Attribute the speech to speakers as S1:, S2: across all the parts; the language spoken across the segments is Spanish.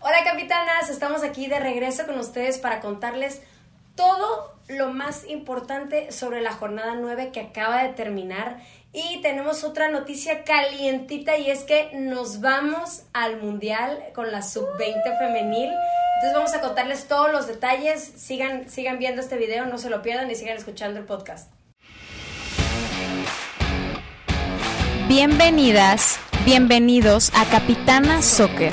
S1: Hola capitanas, estamos aquí de regreso con ustedes para contarles todo lo más importante sobre la jornada 9 que acaba de terminar y tenemos otra noticia calientita y es que nos vamos al mundial con la sub-20 femenil. Entonces vamos a contarles todos los detalles, sigan, sigan viendo este video, no se lo pierdan y sigan escuchando el podcast.
S2: Bienvenidas, bienvenidos a Capitana Soccer.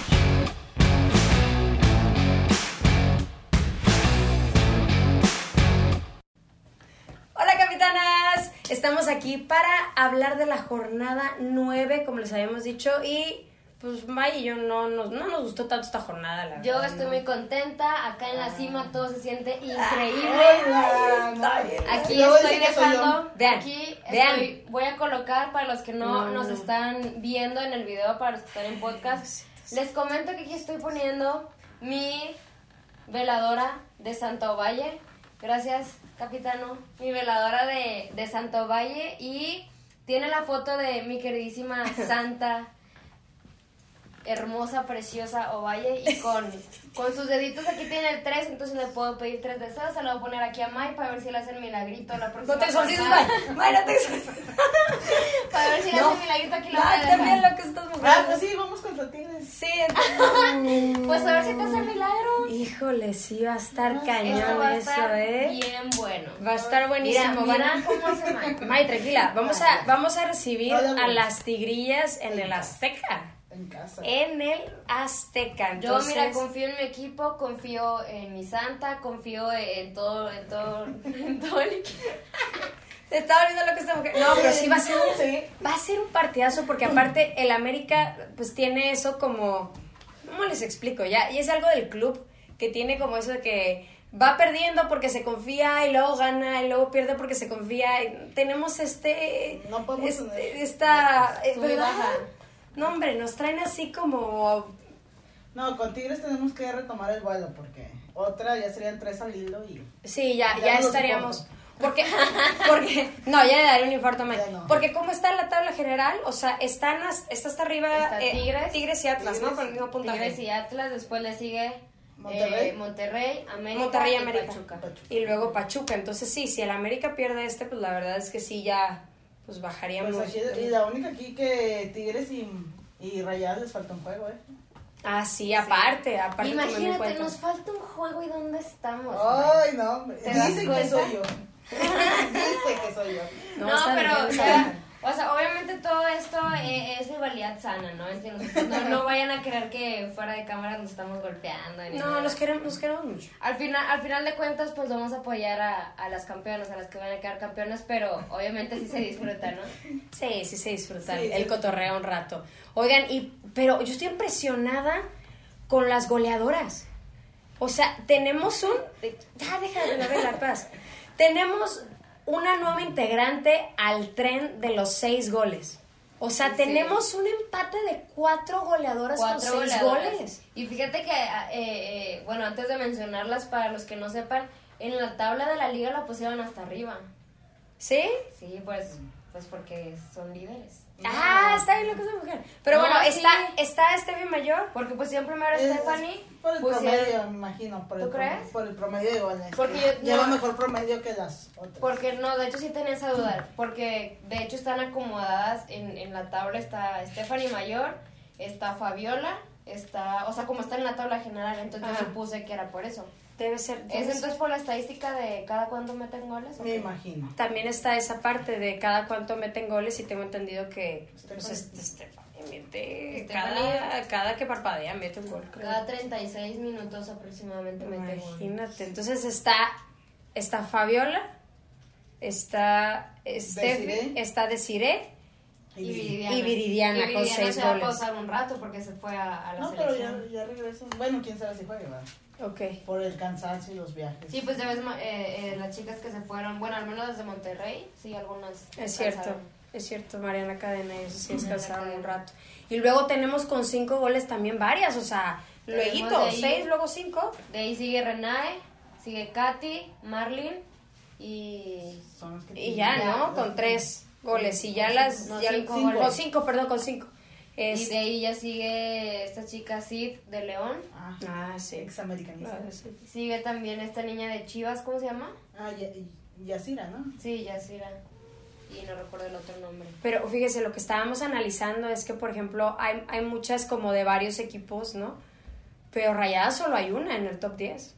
S1: Hola capitanas, estamos aquí para hablar de la jornada 9, como les habíamos dicho, y pues May y yo no nos, no nos gustó tanto esta jornada, la
S3: Yo
S1: verdad,
S3: estoy
S1: ¿no?
S3: muy contenta, acá en la cima todo se siente
S1: Ay,
S3: increíble.
S1: no, está bien.
S3: Aquí
S4: Luego
S3: estoy
S4: dice que soy yo.
S3: dejando,
S1: Vean,
S3: aquí
S1: vean.
S3: estoy- voy a colocar para los que no,
S1: No,
S3: nos
S1: no.
S3: están viendo en el video, para los que están en podcast, les comento que aquí estoy poniendo mi veladora de Santo Valle. Gracias, capitano. Mi veladora de, de Santo Valle y tiene la foto de mi queridísima Santa hermosa, preciosa Ovalle y con, con sus deditos aquí tiene el 3, entonces le puedo pedir tres deseos, se lo voy a poner aquí a May para ver si le hace el milagrito la próxima
S1: No te exorcises,
S3: jornada.
S1: May. May, no te exorcises.
S3: Para ver si le
S1: No.
S3: hace el milagrito aquí la
S1: Ay,
S3: voy a
S1: también
S3: dejar.
S1: lo que estás
S4: Ah,
S1: mujeres.
S4: pues sí, vamos contra Tigres.
S1: Sí, entonces-
S3: Pues a ver si te hace el milagro.
S1: Híjole, sí va a estar
S3: Esto
S1: cañón
S3: va a
S1: eso,
S3: estar
S1: ¿eh?
S3: bien bueno.
S1: Va a estar
S3: Mira,
S1: buenísimo. van a-
S3: mira cómo hace May.
S1: May, tranquila, vamos a, vamos a recibir
S4: Hola,
S1: a
S4: May.
S1: las tigrillas en el Azteca.
S4: En casa.
S1: En el Azteca.
S3: Yo,
S1: Entonces,
S3: mira, confío en mi equipo, confío en mi santa, confío en todo, en todo, en todo el equipo.
S1: Te estaba viendo lo que esta mujer. No, pero sí va a ser un,
S4: Eh, Sí.
S1: va a ser un partidazo porque aparte el América pues tiene eso como ¿cómo les explico? Ya y es algo del club que tiene como eso de que va perdiendo porque se confía y luego gana y luego pierde porque se confía. y tenemos este
S4: No podemos
S1: este-
S4: tener-
S1: esta eh,
S3: Sube y
S1: ¿verdad?
S3: baja.
S1: No, hombre, nos traen así como
S4: No, con Tigres tenemos que retomar el vuelo porque otra ya serían tres al hilo y.
S1: Sí, ya, ya,
S4: Ya no los
S1: estaríamos.
S4: soporto.
S1: Porque, porque, no, ya le daría un infarto más.
S4: Ya no.
S1: Porque, ¿cómo está la tabla general? O sea, están, as- está hasta arriba eh,
S3: Está Tigres.
S1: Tigres y Atlas, ¿no?
S4: Tigres.
S1: Con el mismo puntaje.
S3: Tigres y Atlas, después le sigue
S4: Monterrey.
S3: eh, Monterrey, América,
S1: Monterrey y
S3: y
S1: América.
S3: Pachuca.
S1: Y luego Pachuca. Entonces, sí, si el América pierde este, pues la verdad es que sí, ya, pues bajaríamos.
S4: Pues aquí, y la única aquí que Tigres y, y Rayadas les falta un juego, ¿eh?
S1: ah, sí, aparte, aparte. tomando en
S3: Imagínate,
S1: cuenta.
S3: nos falta un juego y ¿dónde estamos?
S4: Ay, no, hombre.
S3: Pues ¿Te das
S4: Dicen
S3: cuenta?
S4: que soy yo. Dicen que soy yo.
S1: No,
S3: No,
S1: está bien,
S3: pero
S1: está
S3: ya,
S1: bien.
S3: o sea, obviamente todo esto eh, es rivalidad sana, ¿no? Es que nosotros no, no vayan a creer que fuera de cámara nos estamos golpeando. ni
S1: No,
S3: nada.
S1: nos queremos, nos queremos mucho.
S3: Al final, al final de cuentas, pues vamos a apoyar a, a las campeonas, a las que van a quedar campeonas, pero obviamente sí se disfruta, ¿no?
S1: Sí, sí se disfruta
S4: Sí,
S1: el
S4: sí.
S1: cotorreo un rato. Oigan, y pero yo estoy impresionada con las goleadoras. O sea, tenemos un ya deja de ver la paz. Tenemos una nueva integrante al tren de los seis goles. O sea,
S3: Sí.
S1: tenemos un empate de cuatro
S4: Pues,
S1: goleadoras
S3: Cuatro
S1: con seis
S3: goleadoras.
S1: goles.
S3: Y fíjate que, a- eh, eh, bueno, antes de mencionarlas, para los que no sepan, en la tabla de la liga la pusieron hasta arriba.
S1: ¿Sí?
S3: Sí, pues, pues porque son líderes.
S1: Ah, está bien lo que es la mujer. Pero
S3: No,
S1: bueno,
S3: sí.
S1: está, está Stevie Mayor.
S3: Porque pusieron primero a
S4: Es-
S3: Stephanie.
S4: Por el
S3: pusieron-
S4: promedio, me imagino. Por el
S3: ¿Tú
S4: prom-
S3: crees?
S4: Por el promedio de goles.
S3: Porque yo-
S4: Lleva
S3: no.
S4: mejor promedio que las otras.
S3: Porque no, de hecho sí tenía esa duda. Porque de hecho están acomodadas en, en la tabla: está Stephanie Mayor, está Fabiola, está. O sea, como está en la tabla general, entonces
S1: Ajá.
S3: yo supuse que era por eso.
S1: Debe ser. debe
S3: ¿Es
S1: ser.
S3: entonces por la estadística de cada cuánto meten goles? o
S4: Me
S3: qué?
S4: imagino.
S1: También está esa parte de cada cuánto meten goles y tengo entendido que pues,
S4: Estefan.
S1: este- Estefan mete
S3: Estefan.
S1: cada, cada que parpadea mete un gol. creo.
S3: Cada 36 minutos aproximadamente mete gol.
S1: Imagínate. Entonces está está Fabiola, está Steffi,
S4: Desiree.
S1: está Desiree
S3: Y Viridiana.
S1: Y Viridiana
S3: Y
S1: con seis
S3: se va a
S1: goles.
S3: pausar un rato porque se fue a, a la
S4: No, pero
S3: selección.
S4: ya, ya regresan. Bueno, quién sabe si juega, ¿verdad?
S1: Ok.
S4: Por el cansancio y los viajes.
S3: Sí, pues ya ves ma- eh, eh, las chicas que se fueron, bueno, al menos las de Monterrey, sí, algunas.
S1: Es cierto,
S3: alzaron.
S1: es cierto, Mariana Cadena, ellos sí
S3: Mariana
S1: descansaron un
S3: Cadena.
S1: rato. Y luego tenemos con cinco goles también varias, o sea,
S3: Tenemos
S1: luego
S3: de ahí-
S1: seis, luego cinco.
S3: De ahí sigue Renae, sigue Katy, Marlin y...
S4: Son los que
S1: Y ya,
S3: Ya,
S1: ¿no? Con tres goles. Y ya las.
S3: No,
S1: ya-
S3: cinco
S1: con
S3: goles.
S1: cinco, perdón, con cinco. Es-
S3: Y de ahí ya sigue esta chica Sid de León.
S4: Ah,
S1: Ah, sí.
S4: examericanista.
S1: Ah, sí.
S3: Sigue también esta niña de Chivas, ¿cómo se llama?
S4: Ah, ya- y- Yacira, ¿no?
S3: Sí, Yacira. Y no recuerdo el otro nombre.
S1: Pero fíjese, lo que estábamos analizando es que, por ejemplo, hay, hay muchas como de varios equipos, ¿no? Pero Rayada solo hay una en el top 10.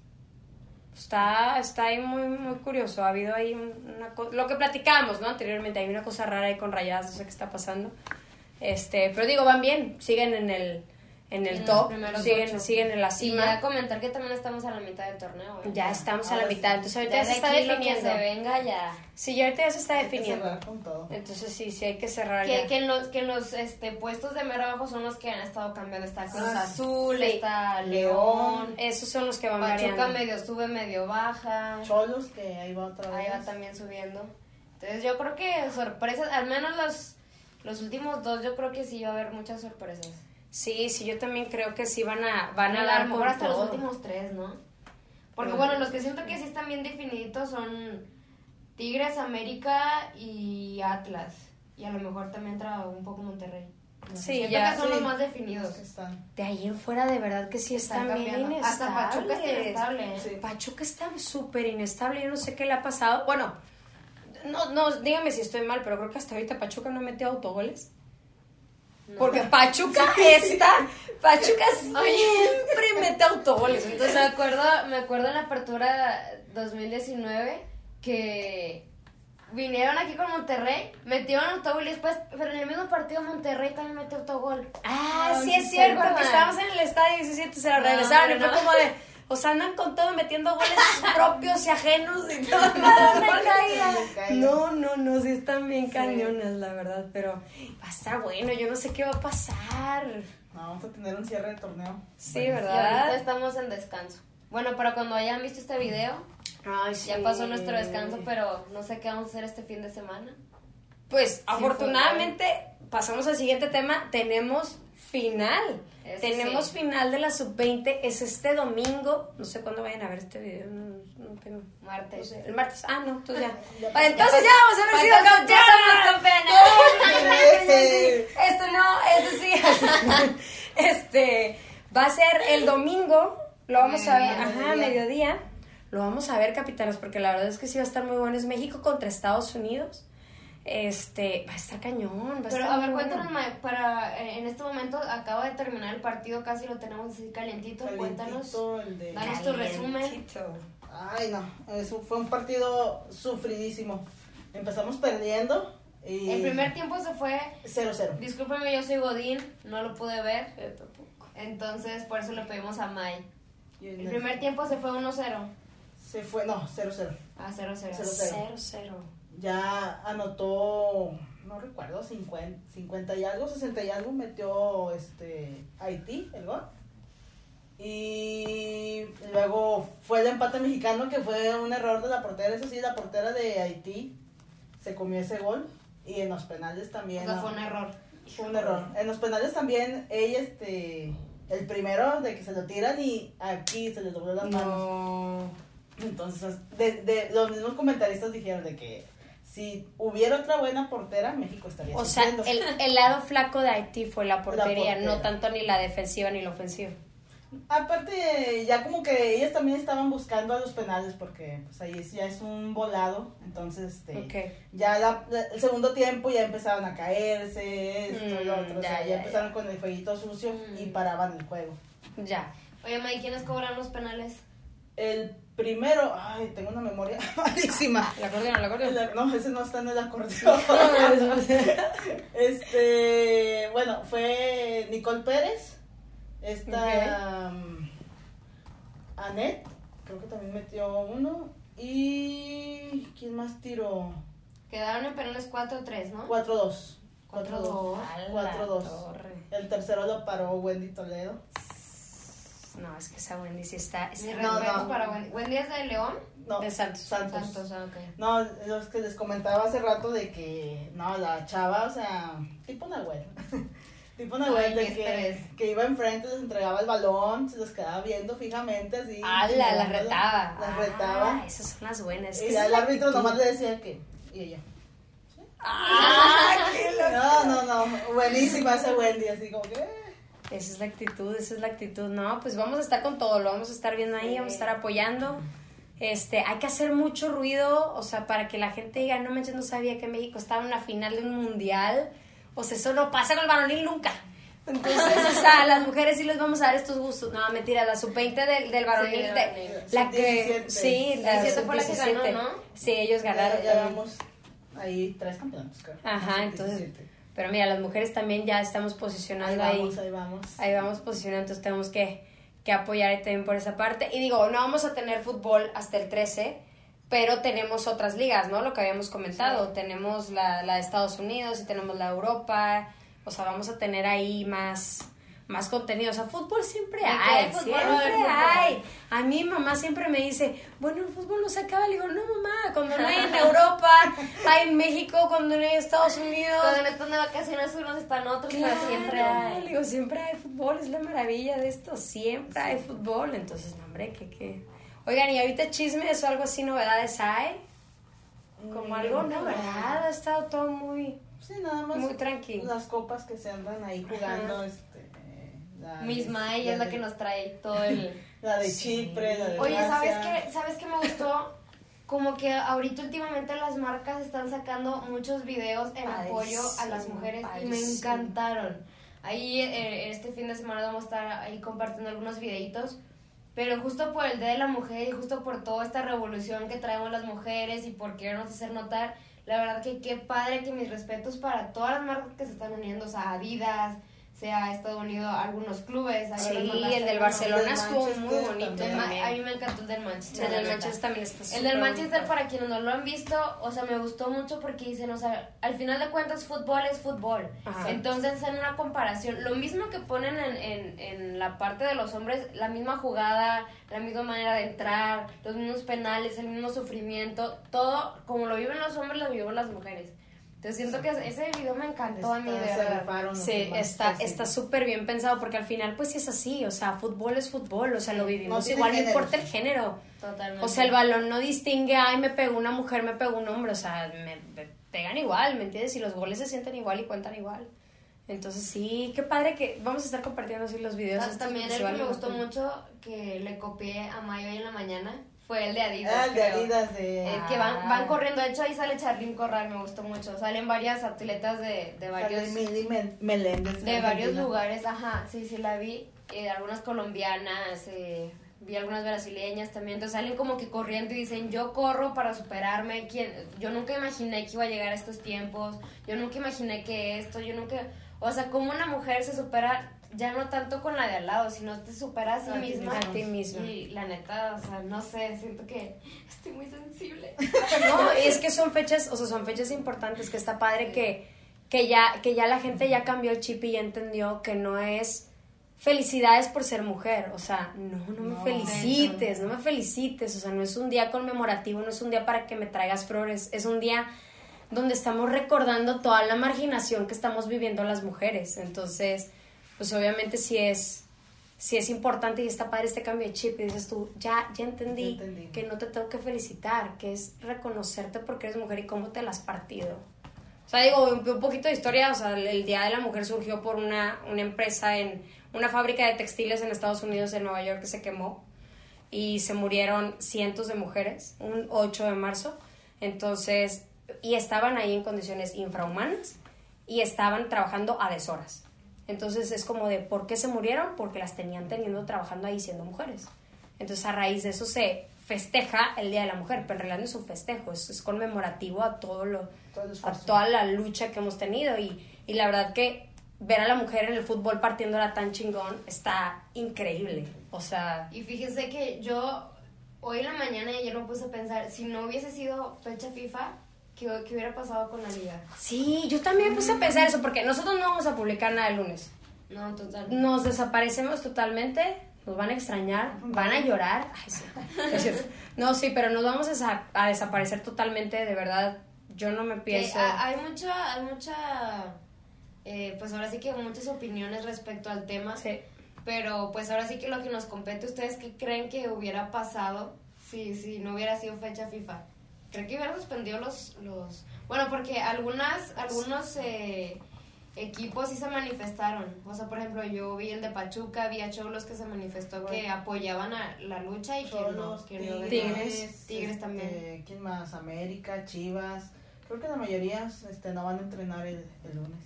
S1: Está, está ahí muy, muy curioso. Ha habido ahí un- una cosa... Lo que platicábamos, ¿no? Anteriormente, hay una cosa rara ahí con Rayadas, no sé qué está pasando. Este, pero digo, van bien, siguen en el, en
S3: En
S1: el
S3: los
S1: top,
S3: primeros ocho.
S1: siguen, siguen en la
S3: Y ya
S1: cima.
S3: comentar que también estamos a la mitad del torneo. ¿eh?
S1: Ya, estamos a la
S4: Ahora sí.
S1: mitad. Entonces ahorita
S3: Ya
S1: ya
S3: de
S1: se está
S3: aquí lo que
S1: definiendo.
S3: se venga ya.
S1: Sí, ya ahorita ya se está
S4: Hay que
S1: definiendo.
S4: cerrar con todo.
S1: Entonces sí, sí hay que cerrar
S3: Que,
S1: ya.
S3: que en los, que en los este, puestos de mero abajo son los que han estado cambiando. Está Cruz
S4: Ah,
S3: Azul,
S1: sí.
S3: está León,
S1: Esos son los que van
S3: Pachuca
S1: variando.
S3: medio sube, medio baja.
S4: Cholos, que ahí va otra
S3: Ahí
S4: vez.
S3: va también subiendo. Entonces yo creo que sorpresas, al menos los, los últimos dos, yo creo que sí va a haber muchas sorpresas.
S1: Sí, sí, yo también creo que sí van a, van a
S3: a lo
S1: dar
S3: mejor
S1: con
S3: hasta
S1: todo.
S3: los últimos tres, ¿no? Porque
S1: Mm.
S3: bueno, los que siento que sí están bien definidos son Tigres, América y Atlas. Y a lo mejor también trae un poco Monterrey. No sé,
S1: Sí,
S3: siento
S1: ya,
S3: que son
S4: sí.
S3: los más
S4: Los
S3: definidos.
S4: que están.
S1: De ahí en fuera, de verdad que sí están, bien
S3: cambiando.
S1: inestables.
S3: Hasta Pachuca está inestable. ¿eh?
S4: Sí.
S1: Pachuca está súper inestable, yo no sé qué le ha pasado. Bueno, no, no, dígame si estoy mal, pero creo que hasta ahorita Pachuca no metió autogoles.
S3: No.
S1: Porque Pachuca está, Pachuca siempre mete autogoles. Entonces,
S3: Entonces me acuerdo, me acuerdo en la apertura 2019 que vinieron aquí con Monterrey, metieron autogol y después, pero en el mismo partido Monterrey también metió autogol.
S1: ah, sí
S3: sí,
S1: es cierto,
S3: perdón.
S1: que estábamos en el estadio 17, se lo
S3: No,
S1: regresaron y fue
S3: hombre, no.
S1: como de, o sea, andan con todo metiendo goles propios y ajenos y todo. Nada,
S4: me caía.
S1: No, no, no, sí están bien cañonas, la verdad, pero pasa bueno, yo no sé qué va a pasar.
S4: No, vamos a tener un cierre de torneo.
S1: Sí,
S3: Y ahorita
S1: ¿verdad?
S3: estamos en descanso. Bueno, para cuando hayan visto este video,
S1: Ay,
S3: ya
S1: sí.
S3: pasó nuestro descanso, pero no sé qué vamos a hacer este fin de semana.
S1: Pues afortunadamente pasamos al siguiente tema, tenemos final.
S3: Eso
S1: tenemos
S3: sí.
S1: final de la sub-20, es este domingo, no sé cuándo vayan a ver este video, no, no tengo...
S3: Martes.
S1: no sé, el martes, ah, no, entonces ya.
S4: Ya
S1: Para
S4: pasó.
S1: entonces ya vamos a haber
S3: Para
S1: sido
S3: entonces ya
S1: campeonas. Sí,
S3: somos campeonas.
S1: Esto no, esto sí. Este va a ser el domingo. Lo vamos a ver.
S3: Mediodía,
S1: Ajá,
S3: mediodía.
S1: mediodía. Lo vamos a ver, capitanos, porque la verdad es que sí va a estar muy bueno. Es México contra Estados Unidos. Este, va a estar cañón. Va a
S3: Pero
S1: estar
S3: a
S1: muy
S3: ver,
S1: bueno.
S3: cuéntanos, ma- para, eh, en este momento acaba de terminar el partido, casi lo tenemos así calientito, cuéntanos.
S4: Calientito, el de-
S3: Dale. danos tu resumen.
S1: Calientito.
S4: Ay, no. Eso fue un partido sufridísimo. Empezamos perdiendo. Y
S3: El primer tiempo se fue
S4: 0-0.
S3: Discúlpame, yo soy Godín, no lo pude ver. Entonces, por eso le pedimos a May.
S4: Y
S3: El primer tiempo se fue 1-0.
S4: Se fue, no, 0-0.
S3: A 0-0.
S4: Cero.
S1: Cero, cero.
S4: Ya anotó, no recuerdo, 50, 50 y algo, 60 y algo metió este Haití, el gol. Y luego fue el empate mexicano que fue un error de la portera, eso sí, la portera de Haití se comió ese gol y en los penales
S3: O
S4: también.
S3: sea,
S4: ¿no?
S3: fue un error.
S4: Fue un error. En los penales también ella este el primero de que se lo tiran y aquí se le dobló las manos.
S1: No.
S4: Entonces, de, de- los mismos comentaristas dijeron de que si hubiera otra buena portera, México estaría
S1: O sea,
S4: sufriendo.
S1: el, el lado flaco de Haití fue la portería, no
S4: portera.
S1: tanto ni la defensiva ni la ofensiva.
S4: Aparte, ya como que ellas también estaban buscando a los penales porque pues ahí es- ya es un volado, entonces este
S1: Ok.
S4: ya la- la- el segundo tiempo ya empezaban a caerse, esto y lo
S1: Mm,
S4: otro, o
S1: ya,
S4: sea, ya,
S1: ya,
S4: empezaron con el jueguito sucio y
S3: Mm.
S4: paraban el juego.
S1: Ya.
S3: Oye, May, ¿quiénes cobran los penales?
S4: El primero, ay, tengo una memoria malísima.
S1: La acordeón, la acordeón.
S4: El- No, ese no está en el acordeón. este, bueno, fue Nicole Pérez, esta um, Anet, creo que también metió uno. ¿Y quién más tiró?
S3: Quedaron en penales 4-3, ¿no?
S4: 4-2. 4-2.
S3: A la
S4: 4-2.
S3: torre.
S4: El tercero lo paró Wendy Toledo.
S1: No, es que esa Wendy sí está.
S3: Mis
S1: está-
S4: No,
S3: respetos
S4: no.
S3: para Wendy. ¿Wendy es de León?
S4: No,
S1: De Santos.
S3: Santos, ah, ok.
S4: No, los que les comentaba hace rato de que, no, la chava, o sea, tipo Nahuel. tipo Nahuel,
S3: Ay,
S4: de
S3: qué
S4: que,
S3: estrés.
S4: que iba enfrente, les entregaba el balón, se los quedaba viendo fijamente así.
S3: ¡Hala! La
S4: mirándola,
S3: retaba.
S4: Las
S1: Ah,
S4: retaba.
S1: esas son las buenas.
S4: y ya el árbitro nomás le decía que, y ella.
S1: ¡Ah!
S4: No, no, no, buenísima esa Wendy, así como que... eh.
S1: Esa es la actitud, esa es la actitud. No, pues vamos a estar con todo, lo vamos a estar viendo ahí, vamos a estar apoyando. Este, hay que hacer mucho ruido, o sea, para que la gente diga, no manches, no sabía que México estaba en la final de un mundial. O sea, eso no pasa con el varonil nunca. Entonces, o sea, a las mujeres sí les vamos a dar estos gustos. No, mentira, la sub-20 del, del varonil.
S3: del
S1: de-
S3: varonil.
S1: la que,
S4: Sub-17.
S1: sí, la
S3: Sub-17 fue la que ganó,
S1: sub-17.
S3: ¿no?
S1: Sí, ellos ganaron.
S4: Ya, ya
S1: también.
S4: vamos ahí tres campeonatos, creo.
S1: Ajá, entonces.
S4: 17.
S1: Pero mira, las mujeres también ya estamos
S4: Ahí
S1: posicionando
S4: vamos, ahí vamos.
S1: ahí vamos posicionando, entonces tenemos que, que apoyar también por esa parte. Y digo, no vamos a tener fútbol hasta el 13, pero tenemos otras ligas, ¿no? Lo que habíamos comentado, tenemos la, la de Estados Unidos y tenemos la de Europa, o sea, vamos a tener ahí más más contenido, o sea, fútbol siempre
S3: ¿De qué
S1: hay,
S3: fútbol va a haber
S1: siempre
S3: fútbol?
S1: hay. A mí mamá siempre me dice, bueno, el fútbol no se acaba, le digo, no mamá, cuando no hay en Europa, hay en México, cuando no hay en Estados Unidos,
S3: Cuando no están de vacaciones unos están otros, pero siempre
S1: Claro,
S3: hay.
S1: le digo, siempre hay fútbol, es la maravilla de esto, siempre hay fútbol. Entonces, no, hombre, que qué. Oigan, ¿y ahorita chismes o algo así, novedades hay? Como algo, no, ¿verdad? Ha estado todo muy...
S4: Sí, nada más.
S1: Muy tranquilo.
S4: Las copas que se andan ahí jugando. Este, eh, la de-
S3: Misma ella es la
S4: de-
S3: que nos trae todo el...
S4: La de Chipre, la de
S3: Oye, ¿sabes
S4: Francia.
S3: qué? ¿Sabes qué me gustó? Como que ahorita últimamente las marcas están sacando muchos videos en
S1: Padrísimo,
S3: apoyo a las mujeres y me
S1: padrísimo.
S3: encantaron. Ahí eh, este fin de semana vamos a estar ahí compartiendo algunos videitos, pero justo por el Día de la Mujer y justo por toda esta revolución que traemos las mujeres y por querernos hacer notar, la verdad que qué padre que mis respetos para todas las marcas que se están uniendo, o sea, Adidas, se ha estado unido a algunos clubes. ahí
S1: Sí,
S3: nos mandaste
S1: el del
S3: uno.
S1: Barcelona
S4: del
S1: estuvo muy
S4: Manchester
S1: bonito
S3: El
S4: también.
S3: ma-
S1: también.
S3: a mí me encantó el del Manchester.
S1: el
S3: la
S1: del
S3: neta.
S1: Manchester también está
S3: El
S1: súper
S3: del Manchester,
S1: bonito.
S3: para quienes no lo han visto, o sea, me gustó mucho porque dicen, o sea, al final de cuentas, fútbol es fútbol.
S1: Ajá.
S3: Entonces, en una comparación, lo mismo que ponen en, en- en la parte de los hombres, la misma jugada, la misma manera de entrar, los mismos penales, el mismo sufrimiento, todo como lo viven los hombres, lo viven las mujeres. Entonces, siento que ese video me encantó a mí, de
S4: Está- se
S3: verdad.
S4: rifaron los
S1: Sí,
S4: demás,
S1: está
S4: sí.
S1: está súper bien pensado porque al final pues sí es así, o sea, fútbol es fútbol, o sea, lo vivimos
S4: tiene
S1: igual, no
S4: géneros.
S1: importa el género.
S3: Totalmente.
S1: O sea, el balón no distingue, ay, me pegó una mujer, me pegó un hombre, o sea, me, me pegan igual, ¿me entiendes? Y los goles se sienten igual y cuentan igual. Entonces, sí, qué padre que vamos a estar compartiendo así los videos.
S3: Ta-
S4: este
S1: estos
S3: También el
S1: porque
S3: que
S1: se
S3: me
S1: vale
S3: gustó
S1: mucho.
S3: mucho, que le copié a Mayo hoy en la mañana, fue el de Adidas.
S4: Ah, el de
S3: creo.
S4: Adidas de. ah,
S3: Eh, que van, van corriendo, de hecho ahí sale Charlín Corral, me gustó mucho. Salen varias atletas de, de varios,
S4: Sale Milly Men- Meléndez.
S3: de varios
S4: Argentina.
S3: lugares, ajá, sí, sí la vi. Eh, algunas colombianas, eh, vi algunas brasileñas también. Entonces salen como que corriendo y dicen, yo corro para superarme. ¿Quién? Yo nunca imaginé que iba a llegar a estos tiempos, yo nunca imaginé que esto, yo nunca... O sea, como una mujer se supera ya no tanto con la de al lado, sino te supera a sí
S4: A ti
S3: misma.
S1: A ti misma.
S3: Y la neta, o sea, no sé, siento que estoy muy sensible.
S1: No, y es que son fechas, o sea, son fechas importantes que está padre que, que, ya, que ya la gente ya cambió el chip y ya entendió que no es felicidades por ser mujer, o sea, no, no me
S4: No,
S1: felicites, no me felicites, o sea, no es un día conmemorativo, no es un día para que me traigas flores, es un día donde estamos recordando toda la marginación que estamos viviendo las mujeres, entonces, pues obviamente sí es, sí es importante y está padre este cambio de chip y dices tú, ya, ya entendí,
S4: Ya entendí.
S1: que no te tengo que felicitar, que es reconocerte porque eres mujer y cómo te la has partido. O sea, digo, un, un poquito de historia, o sea, el, el Día de la Mujer surgió por una, una empresa en una fábrica de textiles en Estados Unidos, en Nueva York, que se quemó y se murieron cientos de mujeres un 8 de marzo. Entonces, y estaban ahí en condiciones infrahumanas y estaban trabajando a deshoras. Entonces es como de por qué se murieron, porque las tenían teniendo trabajando ahí siendo mujeres. Entonces a raíz de eso se festeja el Día de la Mujer, pero en realidad no es un festejo, es, es conmemorativo a todo lo,
S4: Todo el
S1: a
S4: esfuerzo.
S1: toda la lucha que hemos tenido y, y la verdad que ver a la mujer en el fútbol partiéndola tan chingón está increíble. O sea,
S3: Y fíjense que yo hoy en la mañana y ayer me puse a pensar, si no hubiese sido fecha FIFA, ¿Qué, qué hubiera pasado con la liga?
S1: Sí, yo también puse a pensar eso, porque nosotros no vamos a publicar nada el lunes.
S3: No, total.
S1: Nos desaparecemos totalmente, nos van a extrañar, van a llorar. Ay, sí, es cierto. No, sí, pero nos vamos a, desa- a desaparecer totalmente, de verdad. Yo no me
S3: Que
S1: pienso.
S3: ha- hay mucha, hay mucha, eh, pues ahora sí que muchas opiniones respecto al tema,
S1: Sí.
S3: pero pues ahora sí que lo que nos compete, ¿ustedes qué creen que hubiera pasado si, si no hubiera sido fecha FIFA? Creo que hubieran suspendido los, los, bueno, porque algunas, algunos eh, equipos sí se manifestaron, o sea, por ejemplo, yo vi el de Pachuca, vi a Cholos que se manifestó que apoyaban a la lucha y
S4: Cholos,
S3: que no, que no
S4: Tigres,
S3: Tigres también.
S4: este, ¿Quién más? América, Chivas. Creo que la mayoría este, no van a entrenar el, el lunes.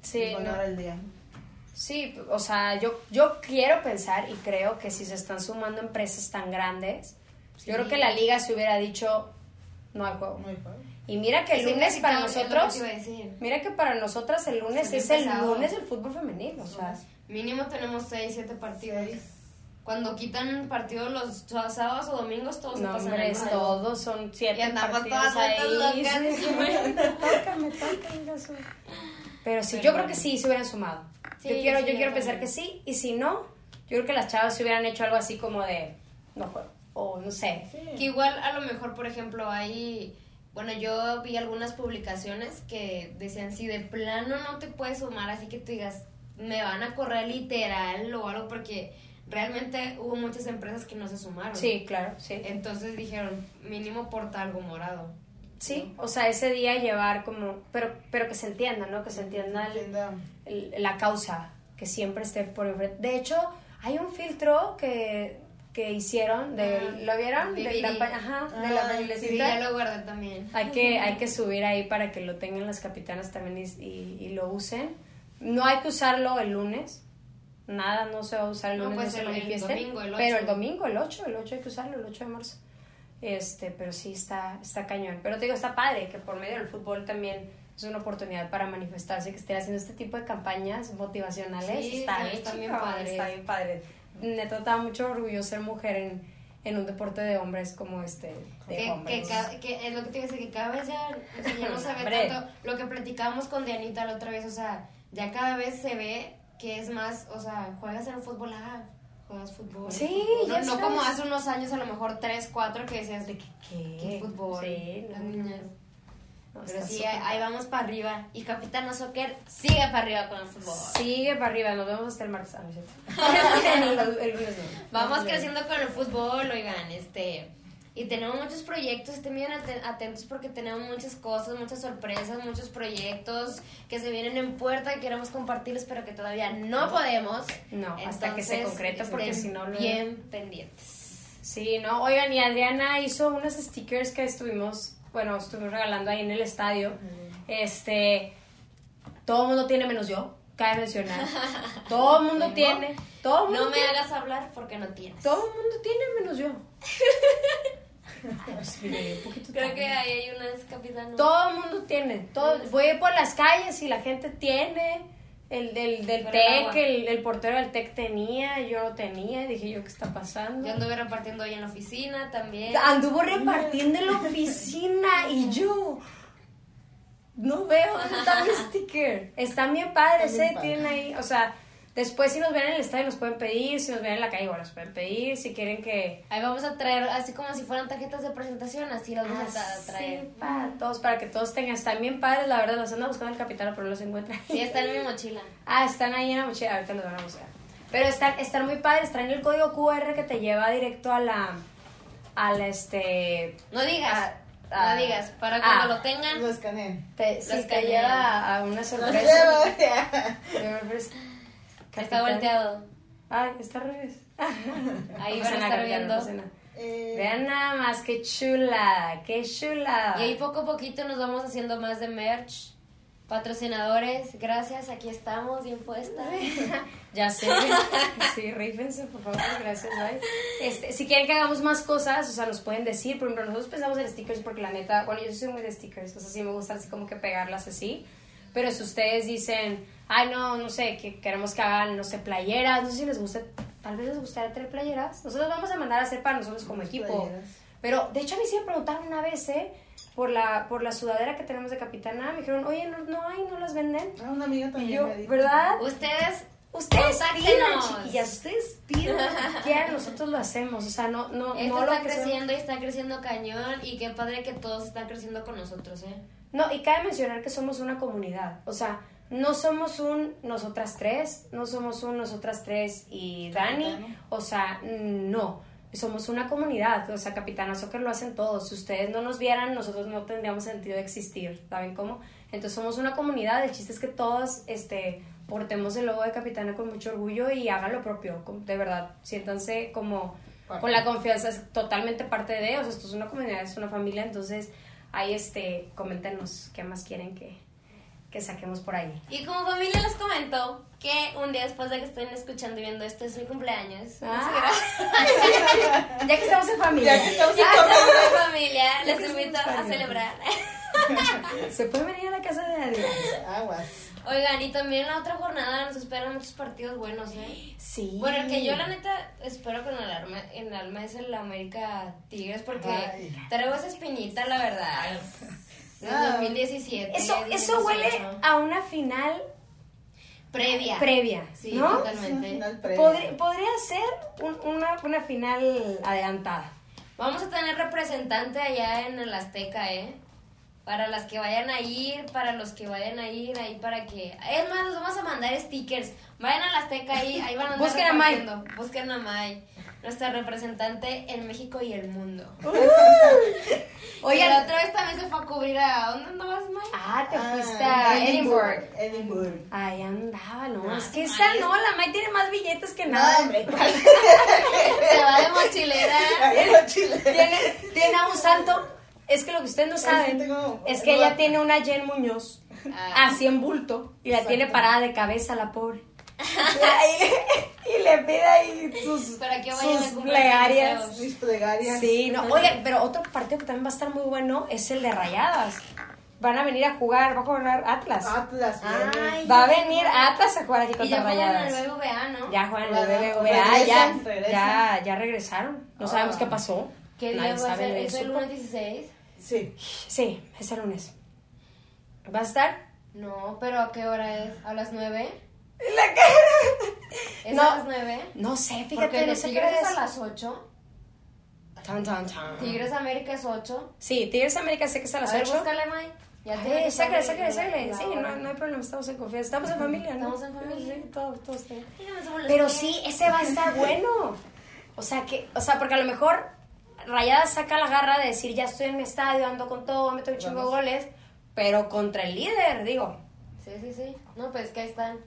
S1: Sí,
S4: van
S1: no.
S4: a dar el día.
S1: Sí, o sea, yo, yo quiero pensar y creo que si se están sumando empresas tan grandes, yo creo que la liga se hubiera dicho, no hay juego.
S4: No hay juego.
S1: Y mira que el
S3: Sí,
S1: lunes
S3: casi
S1: para
S3: todo es lo que
S1: nosotros,
S3: te iba a decir.
S1: mira que para nosotras el lunes
S3: Se me
S1: es el
S3: pesado.
S1: lunes del fútbol femenino, o sea,
S3: Mínimo tenemos 6, 7 partidos.
S4: Seis.
S3: Cuando quitan partidos los sá- sábados o domingos, todos
S1: no,
S3: se pasan
S1: hombre,
S3: el
S1: es
S3: mal.
S1: todo, son siete
S3: Y andamos
S1: partidos
S3: todas vueltas
S1: ahí.
S3: locas,
S1: sí.
S3: güey.
S1: Tócame, tócame, eso. Pero sí, yo creo que sí se hubieran sumado.
S3: Sí,
S1: yo quiero,
S3: sí,
S1: yo
S3: yo
S1: quiero pensar
S3: también.
S1: que sí, y si no, yo creo que las chavas se hubieran hecho algo así como de no juego. O no sé.
S3: Que igual a lo mejor, por ejemplo, hay... Bueno, yo vi algunas publicaciones que decían, si de plano no te puedes sumar, así que tú digas, me van a correr literal o algo, porque realmente hubo muchas empresas que no se sumaron.
S1: Sí, claro, sí.
S3: Entonces dijeron, mínimo porta algo morado.
S1: Sí, o sea, ese día llevar como, pero, pero que se entienda, ¿no? Que se entienda el-
S4: Entienda.
S1: el- la causa, que siempre esté por enfrente. De hecho, hay un filtro que, que hicieron, de,
S3: Ah,
S1: ¿lo vieron?
S3: vi,
S1: De
S3: vi.
S1: la, pa- ajá, de la
S4: Ah,
S3: Sí,
S1: bailecita.
S3: ya lo guardé también.
S1: Hay que, hay que subir ahí para que lo tengan las capitanas también y, y- y lo usen. No hay que usarlo el lunes. Nada, no se va a usar el
S3: No,
S1: lunes, no,
S3: pues,
S1: se
S3: el- el
S1: manifiesten.
S3: domingo, el
S1: Pero
S3: ocho.
S1: el domingo, el 8, el 8 hay que usarlo, el 8 de marzo. Este, pero sí está, está cañón. Pero te digo, está padre que por medio del fútbol también es una oportunidad para manifestarse, que estén haciendo este tipo de campañas motivacionales.
S3: Sí,
S1: está,
S3: también
S1: bien,
S3: están bien
S1: chingón,
S3: padres.
S1: Está bien padre. Neta, da mucho orgullo ser mujer en, en un deporte de hombres como este. De
S3: que, que,
S1: hombres.
S3: ca- que es lo que te iba a decir, que cada vez ya, o sea, ya no se
S1: Hombre.
S3: ve tanto lo que platicábamos con Dianita la otra vez, o sea, ya cada vez se ve que es más, o sea, juegas en fútbol, ah, juegas fútbol.
S1: Sí,
S3: no,
S1: ya
S3: no como
S1: sabes.
S3: hace unos años, a lo mejor tres, cuatro, que decías, de que
S1: ¿Qué?
S3: qué fútbol,
S1: Sí,
S3: las
S1: no,
S3: niñas.
S1: no,
S3: Pero
S1: está
S3: sí,
S1: súper
S3: ahí, ahí vamos para arriba. Y Capitán Soccer sigue para arriba con el fútbol.
S1: padre. Sigue para arriba, nos vemos hasta el martes. Ah, no es cierto. El lunes no.
S3: Vamos
S1: No, no.
S3: creciendo con el fútbol, oigan, este. Y tenemos muchos proyectos, estén bien aten- atentos porque tenemos muchas cosas, muchas sorpresas, muchos proyectos que se vienen en puerta que queremos compartirles, pero que todavía no podemos.
S1: No, hasta que se
S3: Entonces,
S1: concrete, porque
S3: estén
S1: si no, luego-
S3: Bien pendientes.
S1: Sí, no, oigan, y Adriana hizo unos stickers que estuvimos, bueno, estuvimos regalando ahí en el estadio. Este, todo el mundo tiene menos yo, cabe mencionar. Todo el mundo
S3: ¿No?
S1: tiene, todo el mundo
S3: No me
S1: tiene,
S3: hagas hablar porque no tienes.
S1: todo el mundo tiene menos yo. Ay, pues, mire, un poquito
S3: Creo que ahí hay unas capitán.
S1: Todo el mundo tiene. Todo, voy por las calles y la gente tiene. El del, del
S3: Pero el
S1: TEC,
S3: agua.
S1: el, el portero del TEC tenía, yo no tenía. y Dije yo, ¿qué está pasando?
S3: Yo anduve repartiendo hoy en la oficina también.
S1: Anduvo repartiendo en la oficina y yo. No veo dónde está mi sticker. Están bien padres,
S4: Están bien
S1: ¿eh? Tienen ahí. O sea, después si nos ven en el estadio nos pueden pedir. Si nos ven en la calle, igual nos pueden pedir. Si quieren que.
S3: Ahí vamos a traer, así como si fueran tarjetas de presentación, así las vamos
S1: Ah,
S3: a tra- traer.
S1: Sí, para todos, para que todos tengan. Están bien padres, la verdad. Los andan buscando el capitán, pero no los encuentran.
S3: Sí, está en mi mochila.
S1: Ah, están ahí en la mochila, ahorita los van a buscar. Pero están, están muy padres, traen el código QR que te lleva directo a la. a la este.
S3: No digas.
S1: Ah, ah.
S3: no digas. Para cuando
S1: Ah.
S3: lo tengan.
S4: Lo escaneen.
S1: Te,
S3: Los
S1: sí, te
S3: cañones.
S1: lleva a, a una
S4: Lo
S1: sorpresa.
S4: llevo.
S3: Está
S1: Capitán.
S3: volteado.
S1: Ay, está al revés.
S3: Ahí
S1: No sé nada,
S3: van a estar
S1: capitán,
S3: viendo.
S1: no sé nada.
S4: Eh,
S1: Vean nada más, qué chula, qué chula.
S3: Y ahí poco a poquito nos vamos haciendo más de merch. Patrocinadores, gracias, aquí estamos, bien puestas.
S1: Ya sé. Sí, rífense, por favor, gracias, bye. Este, si quieren que hagamos más cosas, o sea, nos pueden decir. Por ejemplo, nosotros pensamos en stickers porque la neta, bueno, yo soy muy de stickers, o sea, sí me gusta así como que pegarlas así. Pero si ustedes dicen, ay, no, no sé, que queremos que hagan, no sé, playeras, no sé si les gusta, tal vez les gustaría tener playeras. Nosotros vamos a mandar a hacer para nosotros como equipo.
S4: playeras.
S1: Pero de hecho a mí sí me preguntaron una vez, ¿eh? Por la, por la sudadera que tenemos de capitana, me dijeron, oye, no, no hay, no las venden.
S4: Ah, una amiga
S1: Y
S4: también
S1: yo,
S4: me dijo.
S1: ¿verdad?
S3: Ustedes,
S1: Ustedes pidan,
S3: Contáctenos.
S1: chiquillas, ustedes pidan lo que quieran, nosotros lo hacemos. O sea, no, no,
S3: esto
S1: no lo
S3: está
S1: que sea-
S3: creciendo y está creciendo cañón. Y qué padre que todos están creciendo con nosotros, ¿eh?
S1: No, y cabe mencionar que somos una comunidad. O sea, no somos un nosotras tres, no somos un nosotras tres y Dani. O sea, no. Somos una comunidad. O sea, Capitana Soccer lo hacen todos. Si ustedes no nos vieran, nosotros no tendríamos sentido de existir. ¿Saben cómo? Entonces, somos una comunidad. El chiste es que todos este, portemos el logo de Capitana con mucho orgullo y hagan lo propio. con- De verdad, siéntanse como
S4: Parte.
S1: con la confianza es totalmente parte de, o sea, esto es una comunidad, es una familia, entonces ahí este, coméntenos qué más quieren que, que saquemos por ahí.
S3: Y como familia les comento que un día después de que estén escuchando y viendo esto es mi cumpleaños.
S1: Ah. ya que estamos en familia,
S4: Ya que estamos en
S3: Ya
S4: familia.
S3: estamos en familia,
S1: Este
S3: les invito a celebrar.
S1: se puede venir a la casa de Adrián.
S4: Aguas.
S3: Oigan, y también la otra jornada nos esperan muchos partidos buenos, ¿eh?
S1: Sí.
S3: Bueno, el que yo la neta espero con el alma, en alma es el América Tigres porque
S4: Ay.
S3: traigo esa espinita, la verdad.
S4: Ah.
S3: Desde 2017.
S1: Eso, eso
S3: 2018.
S1: huele a una final
S3: previa.
S1: previa,
S3: Sí,
S1: ¿no?
S4: Es una
S3: totalmente.
S4: final previa.
S1: Podri- podría ser un- una, una final adelantada.
S3: Vamos a tener representante allá en el Azteca, ¿eh? Para las que vayan a ir, para los que vayan a ir, ahí para que... Es más, les vamos a mandar stickers. Vayan al Azteca ahí, ahí van a andar
S1: Busquen a May.
S3: repartiendo. Busquen a May, nuestra representante en México y el mundo. Oye, la
S1: Oigan,
S3: otra vez también se fue a cubrir a... ¿Dónde andabas, May?
S1: ah, te
S4: Ah,
S1: fuiste a Edinburgh.
S4: Edinburgh.
S1: Ahí andaba, no,
S3: No,
S1: Ah, es que
S3: esa
S1: esa
S3: May
S1: no, la May tiene más billetes que
S4: Nada,
S1: nada.
S4: hombre.
S3: Se va de mochilera.
S4: Ay, Chile.
S1: tiene, tiene a un santo, es que lo que ustedes no saben
S4: tengo-
S1: es que
S4: no,
S1: ella
S4: no.
S1: tiene una Jen Muñoz
S3: Ah.
S1: así en bulto y la
S4: Exacto.
S1: tiene parada de cabeza la pobre. Y, le pide ahí sus,
S3: Para que vayan a
S1: sus
S3: cumplir
S1: plegarias.
S3: deseos.
S4: Mis plegarias.
S1: Sí, no, oye, pero otro partido que también va a estar muy bueno es el de Rayadas. Van a venir a jugar, va a jugar Atlas.
S3: Ah,
S4: Atlas.
S3: Ay.
S1: Va a venir Atlas a jugar aquí
S3: Y
S1: contra
S3: ya juegan
S1: Rayadas.
S3: en el BBVA, ¿no?
S1: Ya juegan en el
S4: Bueno,
S1: BBVA, Ah, ya,
S4: regresan, regresan.
S1: ya, ya regresaron. No sabemos
S4: Ah.
S1: qué pasó.
S3: ¿Qué
S1: Nadie
S3: día va a
S1: sabe,
S3: ser?
S1: nadie
S3: ¿Es el
S1: supo.
S3: lunes 16?
S4: Sí.
S1: Sí, es el lunes. ¿Va a estar?
S3: No, pero ¿a qué hora es? ¿A las 9? ¿Es
S1: No.
S3: a las 9?
S1: No sé,
S3: Porque
S1: fíjate, no
S3: los
S1: sé qué
S3: Tigres
S1: hora
S3: es a
S1: es.
S3: las 8.
S1: Tan, tan, tan.
S3: Tigres América es 8.
S1: Sí, Tigres América sé que es a las
S3: a ver,
S1: 8.
S3: búscale, May. Ya te dije que
S1: Ay, sácale,
S3: sale
S1: sácale,
S3: la-
S1: sácale.
S3: la
S1: Sí,
S3: hora.
S1: no, no hay problema, estamos en confianza. Estamos en familia, ¿no?
S3: Estamos en familia.
S1: Sí, todos, todos. sí.
S3: Dígame, somos los
S1: Pero
S3: Tigres.
S1: sí, ese va a estar bueno. O sea, que, o sea, porque a lo mejor Rayada saca la garra de decir, ya estoy en mi estadio, ando con todo, meto un chingo de goles, pero contra el líder, digo.
S3: Sí, sí, sí. No, pues que ahí están.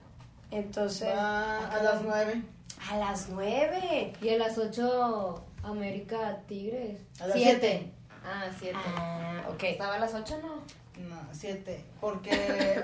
S1: Entonces,
S4: Va a las nueve.
S1: a las nueve.
S3: Y a las 8, América Tigres.
S4: A las
S3: Siete.
S4: siete.
S3: Ah, 7.
S1: Ah, ok.
S3: Estaba a las 8, no.
S4: No, siete. Porque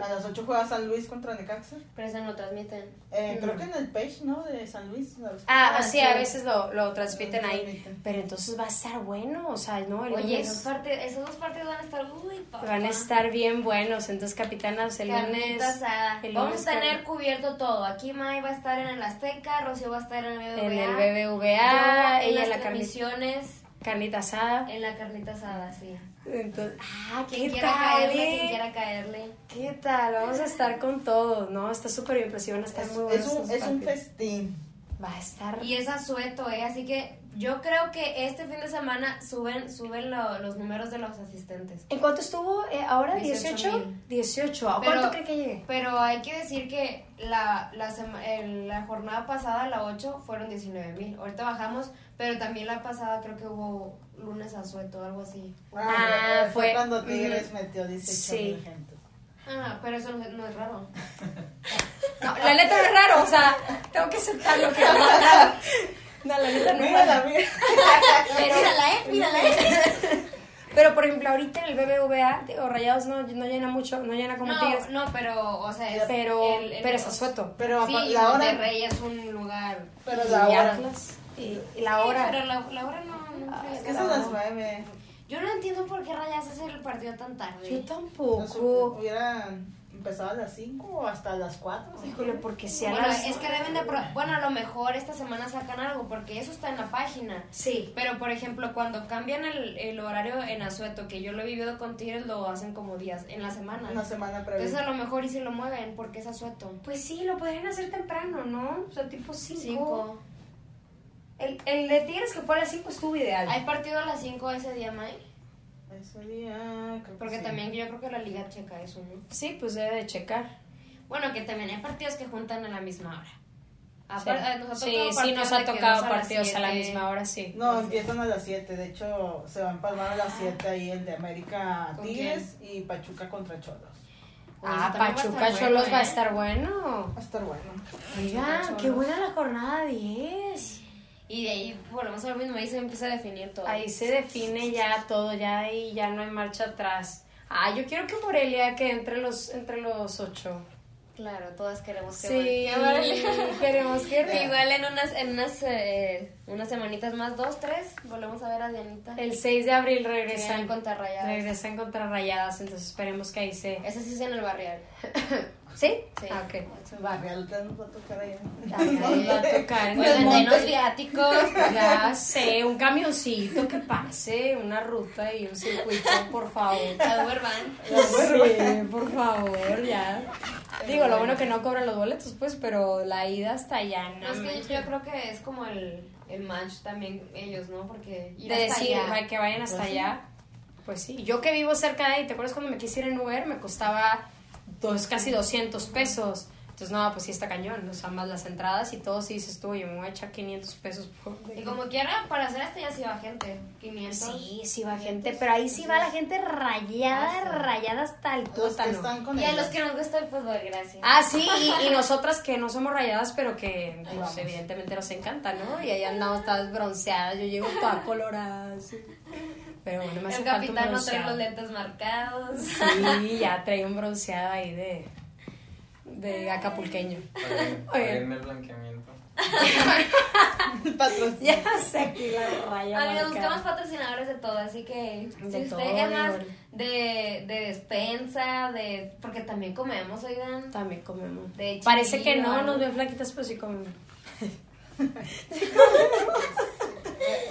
S4: a las ocho juega San Luis contra Necaxa.
S3: Pero eso no transmiten.
S4: Eh, Creo que en el page, ¿no? De San Luis. la-
S1: Mm. Ah,
S3: Ah,
S1: sí,
S3: sí. Ah,
S1: a veces lo, lo transmiten
S4: Lo
S1: ahí.
S4: transmiten.
S1: Pero entonces va a estar bueno, o sea, ¿no? El
S3: Oye,
S1: lunes
S3: esos, parte- esos dos partidos van a estar. Uy, papá.
S1: pues. van a estar bien buenos. Entonces, capitanas, el lunes.
S3: Carnita asada.
S1: el
S3: Vamos
S1: lunes
S3: a tener
S1: carne-
S3: cubierto todo. Aquí May va a estar en el Azteca, Rocío va a estar en el BBVA.
S1: en el BBVA, ella
S3: yo en
S1: la
S3: las
S1: carnita,
S3: transmisiones,
S1: carnita asada.
S3: en la carnita asada, sí.
S1: Entonces, ah, ¿qué
S3: Quien quiera
S1: tal?
S3: caerle,
S1: eh?
S3: quien quiera caerle.
S1: ¿Qué tal? Vamos a estar con todo, ¿no? Está súper bien, pero sí van a estar
S4: Es,
S1: muy
S4: es
S1: buenos. estos
S4: un, es un
S1: partidos.
S4: festín.
S1: Va a estar.
S3: Y es asueto, ¿eh? Así que yo creo que este fin de semana suben, suben lo- los números de los asistentes.
S1: ¿En cuánto estuvo eh, ahora?
S3: 18,000.
S1: ¿18? 18. ¿A
S3: Pero-
S1: cuánto cree que llegue?
S3: Pero hay que decir que la, la, sema- el- la jornada pasada, la 8, fueron 19 mil. Ahorita bajamos, pero también la pasada creo que hubo lunes asueto, algo así.
S1: Ah,
S4: fue,
S1: fue-
S4: cuando Tigres metió 18
S1: Sí.
S4: gente.
S3: Ah, pero eso no, no es raro.
S1: No, la neta no es raro, o sea, tengo que aceptarlo que no es raro. No, la neta no es
S4: Mírala,
S1: raro.
S4: mira.
S3: mírala, eh, mírala, eh.
S1: Pero por ejemplo, ahorita en el BBVA, digo, Rayados no, no llena mucho, no llena como
S3: No,
S1: Tigres,
S3: no, pero, o sea, es
S1: pero,
S3: el- el-
S1: pero es asueto.
S4: Pero
S3: Sí,
S4: apa-
S3: y
S4: la hora.
S3: Monterrey es un lugar.
S4: Pero
S1: Y
S4: la hora.
S1: Atlas, y, y la hora.
S3: Pero la, la hora no. no
S1: Ah,
S3: creo.
S4: Es que son las nueve.
S3: Yo no entiendo por qué Rayas hace el partido tan tarde.
S1: Yo
S4: No sé,
S1: tampoco.
S4: hubieran empezaba a las 5 o hasta las 4.
S1: Híjole, porque si a
S3: Bueno,
S1: las-
S3: es que deben de... pro- Bueno, a lo mejor esta semana sacan algo, porque eso está en la página.
S1: Sí.
S3: Pero, por ejemplo, cuando cambian el, el horario en Azueto, que yo lo he vivido con Tigres, lo hacen como días, en la semana.
S4: Una semana previa.
S3: Entonces, a lo mejor y si lo mueven, porque es Azueto.
S1: Pues sí, lo podrían hacer temprano, ¿no? O sea, tipo 5.
S3: Cinco.
S1: El, el de Tigres que fue a las 5 estuvo ideal.
S3: ¿Hay partido a las 5 ese día, May?
S4: Ese día, creo que
S3: Porque
S4: sí.
S3: también yo creo que la liga checa eso, ¿no?
S1: Sí, pues debe de checar.
S3: Bueno, que también hay partidos que juntan a la misma hora.
S1: Sí,
S3: Apar- a- nos ha
S1: sí,
S3: tocado
S1: sí, Ah, eh, nos
S3: partidos
S1: ha
S3: de que
S1: tocado
S3: dos las
S1: partidos a la
S3: siete.
S1: misma hora, sí. Pues,
S4: No, empiezan a las 7. De hecho, se van a empalmar a las 7 ahí el de América
S3: ¿Con
S4: Tigres y Pachuca contra Cholos.
S3: Pues
S1: ah,
S3: también va a
S1: Pachuca
S3: estar
S1: Cholos
S3: bueno,
S1: va a
S3: ¿eh?
S1: estar bueno.
S4: Va a estar bueno.
S1: Oigan, qué buena la jornada 10.
S3: Y de ahí volvemos a lo mismo, ahí se empieza a definir todo.
S1: Ahí se define ya todo, ya ahí ya no hay marcha atrás. Ah, yo quiero que Morelia quede entre los, entre los ocho.
S3: Claro, todas queremos que
S1: Sí,
S3: vuelva- que vuelva.
S1: queremos que
S3: Igual en unas, en unas, eh, unas semanitas más, dos, tres, volvemos a ver a Dianita.
S1: el 6 de abril
S3: Regresan
S1: regresan
S3: contra Rayadas.
S1: Regresan contra rayadas, entonces esperemos que ahí se.
S3: Ese sí es en el barrial.
S1: ¿Sí?
S3: Sí.
S1: Ah, ok.
S4: Barrial te nos va a tocar allá.
S1: Ahí va a tocar.
S3: Oigan,
S4: Monte.
S3: denos viáticos.
S1: Ya sé, un camioncito que pase, una ruta y un circuito, por favor.
S3: La Uber van.
S1: Sí, por favor, ya. Digo, lo bueno que no cobran los boletos, pues, pero la ida hasta allá,
S3: No,
S1: ¿no?
S3: es que yo, yo creo que es como el, el match también ellos, ¿no? Porque ir
S1: de
S3: hasta
S1: decir
S3: allá-
S1: "Ay, que vayan hasta
S4: Pues sí.
S1: allá. Pues sí, yo que vivo cerca de ahí, ¿te acuerdas cuando me quise ir en Uber? Me costaba dos, casi 200 pesos. Entonces, no, pues sí está cañón, o sea, más las entradas y todo, sí dices tú, yo me voy a echar 500 pesos por...
S3: Y como quiera, para hacer hasta allá sí va gente. 500.
S1: Sí, sí va gente, pero ahí sí va la gente rayada, rayada hasta el
S4: Los que
S1: tuétano.
S4: están con
S3: Y a
S4: ellos.
S3: los que nos gusta el fútbol, gracias.
S1: Ah, sí, y, y nosotras que no somos rayadas, pero que pues,
S4: vamos.
S1: evidentemente nos encanta, ¿no? Y ahí andamos todas bronceadas, yo llego toda colorada, así. Pero bueno, me hace
S3: el
S1: falta un
S3: capitán no trae los
S1: bronceado.
S3: lentes marcados.
S1: Sí, ya trae un bronceado ahí de, de acapulqueño.
S5: Para
S1: Oye.
S5: para irme el blanqueamiento.
S4: Patrocin-
S3: Eh,
S1: Ya sé aquí la raya
S3: Amigos, Ah, buscamos
S1: marcada.
S3: patrocinadores de todo, así que
S1: De
S3: si
S1: todo,
S3: usted es más
S1: digo.
S3: de, de despensa, de porque también comemos, oigan.
S1: También comemos.
S3: De chile
S1: Parece que
S3: o
S1: no,
S3: algo.
S1: nos ven flaquitas, pero sí comemos.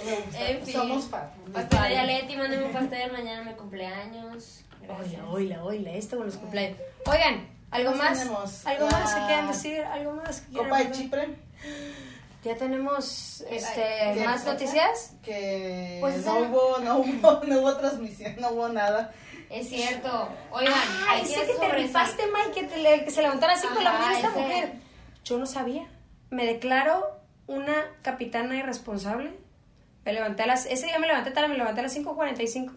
S4: me gusta.
S3: En fin.
S4: Somos fans.
S3: Pastel de Yaleti, mándenme un pastel, mañana mi cumpleaños. Gracias.
S1: Oila, oila, oila, esto con los cumpleaños. Oigan, ¿algo
S4: ¿Qué
S1: más?
S4: tenemos?
S1: ¿Algo
S4: La-
S1: más que quieran decir? ¿Algo más que quieran
S4: Copa de
S1: hablar?
S4: Chipre.
S1: Ya tenemos
S4: Ay,
S1: este,
S4: ¿qué
S1: más
S4: cosa?
S1: noticias.
S4: Que
S3: Pues,
S4: no,
S3: esa-
S4: hubo, no, hubo, no hubo transmisión, no hubo nada.
S3: Es cierto. Oigan, hay
S1: ese que te
S3: sobresal-
S1: rifaste, Mike, que, te le- que se levantó a las 5 de la
S3: Ajá,
S1: mañana esta
S3: ese.
S1: mujer. Yo no sabía. Me declaro una capitana irresponsable. Me levanté a las... Ese día me levanté tarde, me levanté a las 5.45.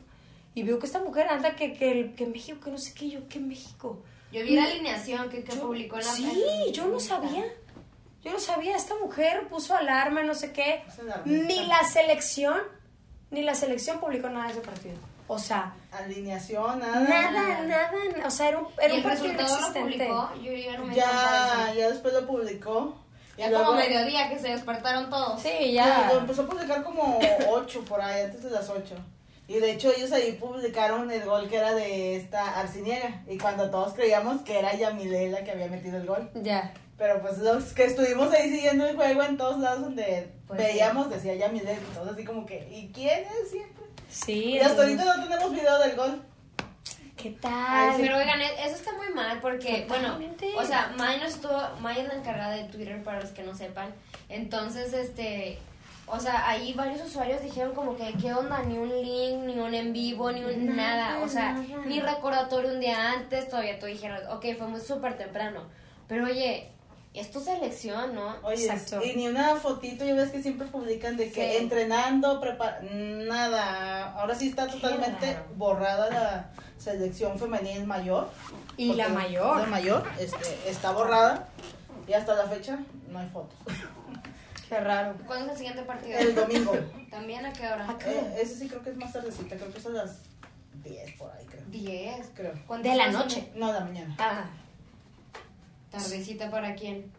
S1: Y veo que esta mujer anda que, que, el- que México, que no sé qué, yo, que México.
S3: Yo vi la alineación que, que publicó en la
S1: Mm. Sí,
S3: en-
S1: yo no sabía. Yo no sabía. Esta mujer puso alarma, no sé qué.
S4: Es alarmista.
S1: Ni la selección, ni la selección publicó nada de ese partido. O sea,
S4: Alineación, nada.
S1: nada, nada. O sea, era un,
S3: Y
S1: era un
S3: el
S1: partido
S3: resultado lo
S1: inexistente.
S3: publicó. Yo ya no me di cuenta de
S4: Ya,
S3: eso.
S4: ya después lo publicó.
S3: Ya
S4: Y
S3: como
S4: luego-
S3: mediodía que se despertaron todos.
S1: Sí,
S4: Ya,
S1: ya.
S4: Lo empezó a publicar como 8 por ahí, antes de las 8. Y de hecho ellos ahí publicaron el gol que era de esta Arciniega. Y cuando todos creíamos que era Yamile la que había metido el gol.
S1: Ya.
S4: Pero pues los que estuvimos ahí siguiendo el juego en todos lados donde
S3: Pues sí.
S4: veíamos, decía Yamile. Y todos así como que, ¿y quién es siempre?
S1: Sí.
S4: Y hasta ahorita no tenemos video del gol.
S1: ¿Qué
S3: Ay,
S1: tal?
S3: pero oigan, e- eso está muy mal porque, bueno,
S1: Totalmente.
S3: o sea, May no estuvo, May es la encargada de Twitter para los que no sepan. Entonces, este, o sea, ahí varios usuarios dijeron como que, ¿qué onda? Ni un link, ni un en vivo, ni un nada, o sea,
S1: nada.
S3: ni recordatorio un día antes, todavía tú dijeron, ok, fue muy súper temprano. Pero oye, es tu selección, ¿no?
S4: Oye,
S1: Exacto.
S4: y ni una fotito, ya ves que siempre publican de que
S3: Sí.
S4: entrenando, prepara nada. Ahora sí está totalmente
S1: raro.
S4: borrada la selección femenil mayor.
S1: y la
S4: porque
S1: mayor.
S4: La mayor este, está borrada y hasta la fecha no hay fotos.
S1: Qué raro.
S3: ¿Cuándo es el siguiente partido?
S4: El domingo.
S3: ¿También a qué hora?
S4: Eh, ese sí creo que es más tardecita, creo que es a las 10 por ahí, creo.
S3: 10.
S4: creo.
S1: De la noche.
S4: No, de la mañana.
S1: Ah.
S3: ¿Tardecita para quién?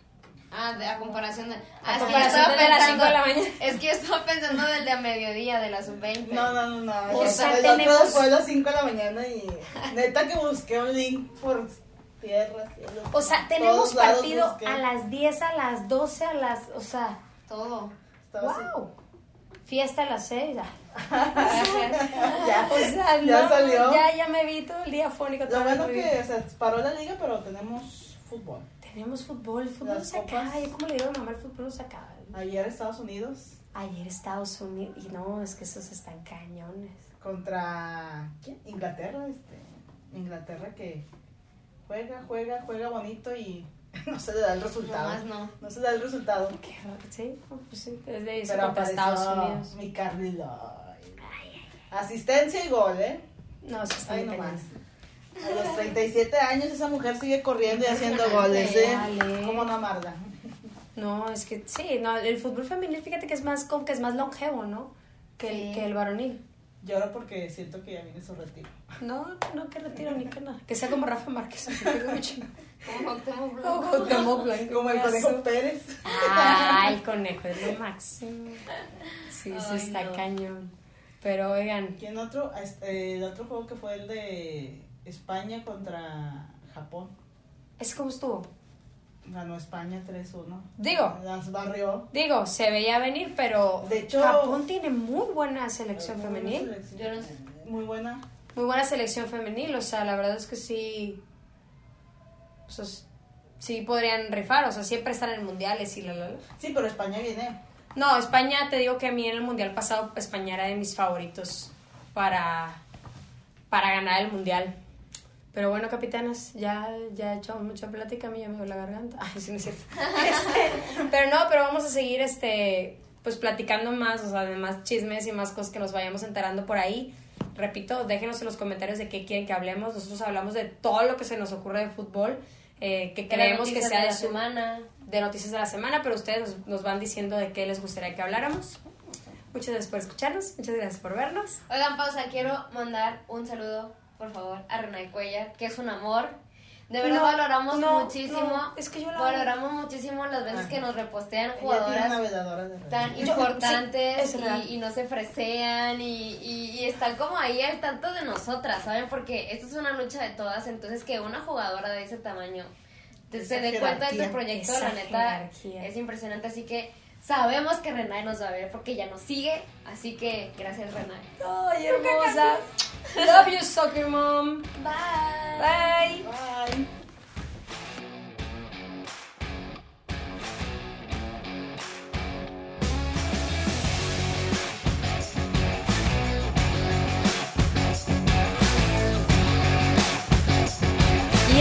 S3: Ah, de, a comparación de...
S1: A
S3: Ah, es que yo
S1: comparación
S3: estaba
S1: de las
S3: pensando...
S1: cinco de la mañana.
S3: Es que yo estaba pensando del de a mediodía, de la sub-20.
S4: No, no, no, no.
S1: O
S4: O
S1: sea,
S4: sea, el
S1: tenemos-
S4: otro fue a las 5 de la mañana y neta que busqué un link por tierra, cielo.
S1: O sea, tenemos partido a las 10, a las 12, a las. O sea,
S3: Todo.
S1: wow. Fiesta a las 6.
S4: Ya,
S1: O sea,
S4: ya
S1: no,
S4: salió.
S1: Ya, ya me vi todo el día fónico.
S4: Lo
S1: todo
S4: bueno
S1: muy
S4: que
S1: bien.
S4: o sea, paró la liga, pero tenemos fútbol.
S1: Tenemos fútbol, el fútbol
S4: Las
S1: no se
S4: copas.
S1: acaba. Yo como le digo a mi mamá, el fútbol no se acaba.
S4: Ayer Estados Unidos
S1: Ayer Estados Unidos. Y no, es que esos están cañones.
S4: contra ¿quién? Inglaterra, este, Inglaterra que juega, juega, juega bonito y no se le da el resultado.
S3: Nomás no.
S4: No se le da el resultado.
S1: Qué raro, Sí, no, pues sí, es de irse
S4: Pero
S1: contra Estados
S4: apareció
S1: Unidos.
S4: mi Carlilo. Asistencia y gol, ¿eh?
S1: No, sí, está
S4: Ay,
S1: muy
S4: no más.
S1: cañón.
S4: A los 37 años esa mujer sigue corriendo y haciendo goles, ¿eh?
S1: Dale.
S4: Como una marda.
S1: No, es que sí, no, el fútbol femenil, fíjate que es más como que es más longevo, ¿no? Que, el-
S3: Sí.
S1: que el varonil.
S4: Lloro porque siento que ya viene su retiro.
S1: No, no que retiro ni que nada. Que sea como Rafa Márquez. que tenga mucho-
S3: Como Octavo Blanco.
S1: Ojo, Cuauhtémoc Blanco.
S4: Como el
S1: Ya sé.
S4: conejo Pérez.
S1: Ah, el conejo es lo máximo. Sí, sí
S3: Ay,
S1: está
S3: no.
S1: cañón. Pero oigan,
S4: ¿Quién otro? Ah, este, el otro juego que fue el de España contra Japón.
S1: ¿es como estuvo?
S4: Ganó España 3-1.
S1: Digo.
S4: Las barrió.
S1: Digo, se veía venir, pero
S4: De hecho-
S1: Japón tiene muy buena selección
S4: Muy buena
S1: femenil.
S4: selección.
S3: Yo no sé.
S4: Muy buena.
S1: Muy buena selección femenil, o sea, la verdad es que sí. o sea, sí podrían rifar, o sea, siempre están en mundiales y la la la.
S4: Sí, pero España viene.
S1: No, España, te digo que a mí en el mundial pasado, España era de mis favoritos para, para ganar el mundial. Pero bueno, capitanas, ya, ya he hecho mucha plática, a mí ya me dio la garganta. Ay, sí, no es cierto. Este, pero no, pero vamos a seguir este, pues platicando más, o sea, de más chismes y más cosas que nos vayamos enterando por ahí. Repito, déjenos en los comentarios de qué quieren que hablemos. Nosotros hablamos de todo lo que se nos ocurre de fútbol, eh, que creemos que sea
S3: de
S1: de
S3: la
S1: su
S3: semana.
S1: de noticias de la semana, pero ustedes nos, nos van diciendo de qué les gustaría que habláramos. Muchas gracias por escucharnos, muchas gracias por vernos.
S3: Oigan, pausa, quiero mandar un saludo, por favor, a Renay Cuellar, que es un amor. De verdad
S1: No,
S3: valoramos
S1: no,
S3: muchísimo.
S1: no, es que yo la amo.
S3: valoramos muchísimo las veces
S4: Ah.
S3: que nos repostean
S4: Ella tiene una
S3: jugadoras
S4: veladora de
S3: tan
S1: Yo- sí,
S3: importantes
S1: es real.
S3: y, y no se fresean y, y- y están como ahí al tanto de nosotras, ¿saben? Porque esto es una lucha de todas, entonces que una jugadora de ese tamaño te-
S4: Esa
S3: se dé cuenta de
S4: jerarquía.
S3: tu proyecto,
S1: Esa
S3: la neta,
S1: jerarquía.
S3: es impresionante, así que sabemos que Renay nos va a ver porque ya nos sigue, así que gracias Renay.
S1: ¡Ay, hermosa! Love you, soccer mom.
S3: Bye.
S1: Bye.
S4: Bye.
S2: Y